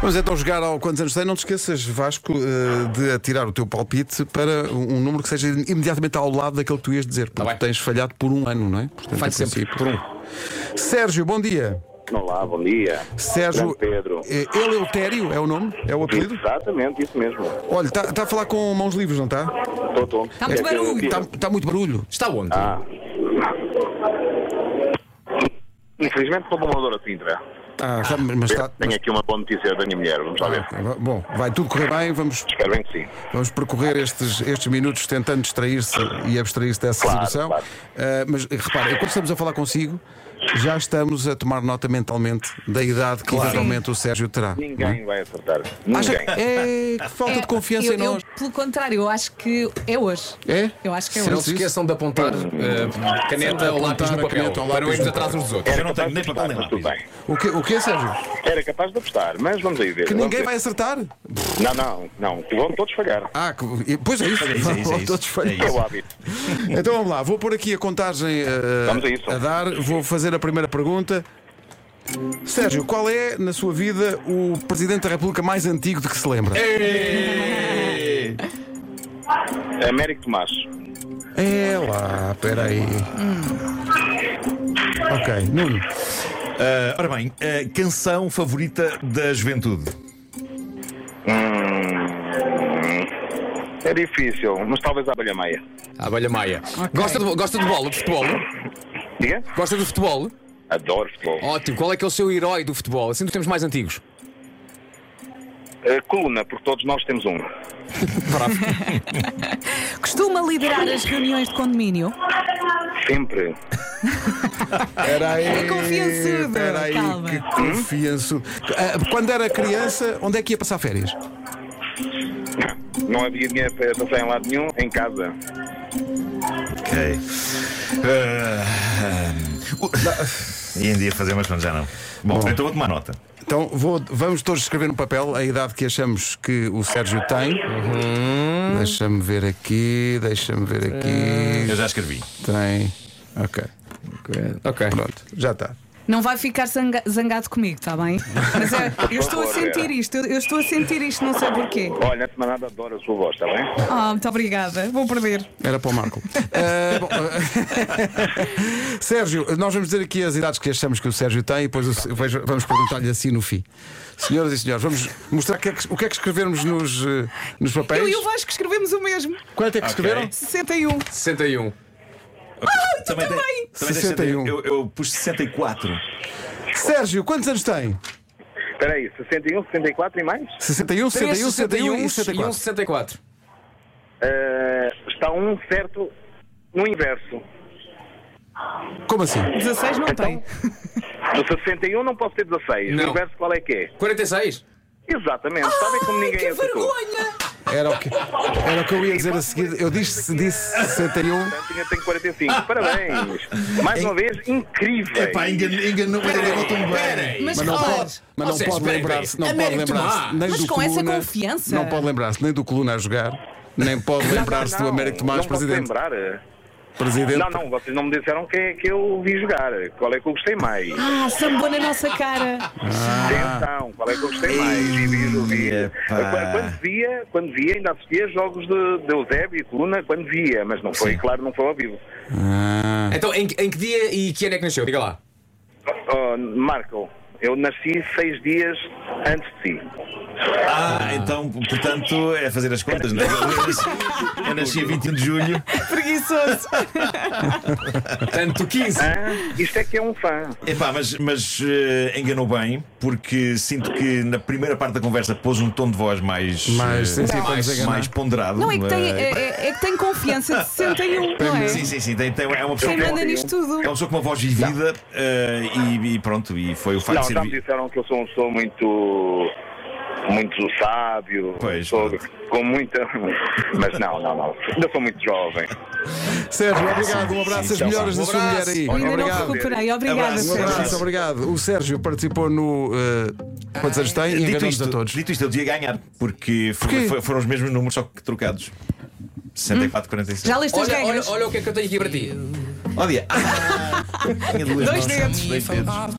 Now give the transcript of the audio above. Vamos então jogar ao quantos anos tem. Não te esqueças, Vasco, eh, de atirar o teu palpite para um um número que seja imediatamente ao lado daquele que tu ias dizer. Porque Tá bem. tens falhado por um ano, não é? Portanto, Falho em sempre princípio. por um. Sérgio, bom dia. Olá, bom dia. Sérgio. Grande Pedro. eh, Eleutério é o nome? É o apelido? Exatamente, isso mesmo. Olha, está a falar com mãos livres, não está? Estou É tonto. Está Está Tá muito barulho. muito barulho. Está onde? Ah. Infelizmente sou morador de Sintra. Ah, já- mas está. Tenho aqui tá uma boa notícia da minha mulher, vamos lá ver. Bom, vai tudo correr bem, vamos, Espero bem que sim. vamos percorrer estes, estes minutos tentando distrair-se e abstrair-se dessa Claro, situação. claro. Ah, mas repara, quando estamos a falar consigo, já estamos a tomar nota mentalmente da idade que eventualmente o Sérgio terá. Ninguém vai acertar. Hum? Acha Ninguém. que, é, que falta É, de confiança eu- em eu, nós. Pelo contrário, eu acho que é hoje. É? Eu acho que é Será Não hoje. se esqueçam de apontar eh, caneta ou lápis no apontar a papel caneta ou para não lápis irmos no atrás uns dos outros. Era Eu não capaz tenho nem de papel, apostar, nem mas tudo lápis. bem. O que, o que é, Sérgio? Era capaz de apostar, mas vamos aí ver. Que vamos ninguém ver. vai acertar? Não, não, não. que Vão todos falhar. Ah, que- pois é isso. É isso, é isso, é isso. Todos falham. É É isso. o hábito. Então vamos lá, vou pôr aqui a contagem eh, Vamos a isso. a dar, vou fazer a primeira pergunta. Sérgio, qual é, na sua vida, o Presidente da República mais antigo de que se lembra? Américo Tomás. É lá, peraí. Ok, Nuno. Ah, ora bem, a canção favorita da juventude. É difícil, mas talvez a abelha meia. A abelha maia. Gosta, de, gosta de bola, de futebol? Diga? Gosta de futebol? Adoro futebol. Ótimo. Qual é que é o seu herói do futebol? Assim dos temos mais antigos. A coluna, porque todos nós temos um. Costuma liderar as reuniões de condomínio. Sempre. Peraí. É confiançudo, Peraí, calma. que confiançudo. Ah, Quando era criança, onde é que ia passar férias? Não havia dinheiro para passar em lado nenhum, em casa. Ok. Ah, Eh, o- Ainda ia fazer, mas pronto, já não. Bom, então vou tomar nota. Então vou- vamos todos escrever no papel a idade que achamos que o Sérgio tem. Deixa-me ver aqui, deixa-me ver aqui. Eu já escrevi. Tem. Ok. Ok. Pronto, já está. Não vai ficar zanga- zangado comigo, está bem? Mas é, eu estou a sentir isto, eu, eu estou a sentir isto, não sei porquê. Olha, antes de mais nada, adoro a sua voz, está bem? Ah, muito obrigada. Vou perder. Era para o Marco. Eh, bom, eh, Sérgio, nós vamos dizer aqui as idades que achamos que o Sérgio tem e depois o Se- vejo- vamos perguntar-lhe assim no fim. Senhoras e senhores, vamos mostrar o que é que, o que, é que escrevermos nos, eh, nos papéis. Eu e o Vasco escrevemos o mesmo. Quanto é que escreveram? 61. 61. Ah, também tem- também! também deixa de- 61. Eu, eu pus 64. Sérgio, quantos anos tem? Espera aí, 61, 64 e mais? 61, 61, 61 e 61, 64. 64. Eh, está um certo no inverso. Como assim? 16 não tem. No 61 não posso ter 16. Não. No inverso qual é que é? 46. Exatamente. Então, Sabem como é ninguém Ah, Que acertou. vergonha! Era o que, era o que eu ia dizer a seguir. Eu disse, disse 61. Portanto, ainda tenho 45. Parabéns. Mais uma vez, incrível. É enganou, mas ele tão bem. Mas, Mas não repara, pode, mas não Vocês, pode espera, lembrar-se, não espera. pode Américo lembrar-se Tomás. nem Mas do com essa Coluna, confiança. Não pode lembrar-se nem do Coluna a jogar, nem pode lembrar-se do Não, Américo Tomás, não posso presidente. lembrar. presidente. Não, não, vocês não me disseram quem é que eu vi jogar. Qual é que eu gostei mais? Ah, sambou na nossa cara. Atenção, qual é que eu gostei mais? E vi, eu vi. Epá. Quando- Quando via, quando via, ainda assistia a jogos de, de Eusébio e Coluna, quando via, mas não foi, claro, não foi ao vivo. Ah, Então, em, que- em que dia e que ano é que nasceu? Diga lá. Oh, Marco, eu nasci seis dias antes de si. Ah, então, portanto, é fazer as contas, não é? Eu nasci- Eu nasci a 21 de julho. Preguiçoso. Portanto, 15. Ah, isto é que é um fã. Epá, mas, mas eh, enganou bem, porque sinto que na primeira parte da conversa pôs um tom de voz mais, Mais eh, sensível, vamos mais, enganar. mais ponderado. Não é que tem, eh, é, é- é que tem confiança de 61, não é? Sim, sim, sim. Tem, tem- é uma pessoa Quem com uma, manda nisto tudo? é uma pessoa com uma voz vivida eh, e, e pronto, e foi o facto Não, de já ser. me vi- disseram que eu sou uma pessoa muito. Muito sábio, Pois, sou- pronto. com muita. Mas não, não, não. Ainda sou muito jovem. Sérgio, obrigado, um abraço, as Sim, melhoras sim, da um sua mulher abraço. aí. Ainda não Obrigado. recuperei. Obrigada, Abraço. Um Sérgio. abraço, obrigado. O Sérgio participou no. eh, quantos anos tem? E Dito enganou-nos isto, a todos. dito isto, eu devia ganhar, porque for- Porquê? for- foram os mesmos números, só que trocados. 64, 46. Hum? Já leste as Olha, olha, regras? olha o que é que eu tenho aqui para ti. Olha, ah, tinha duas Dois mãos, dedos. Dois dedos.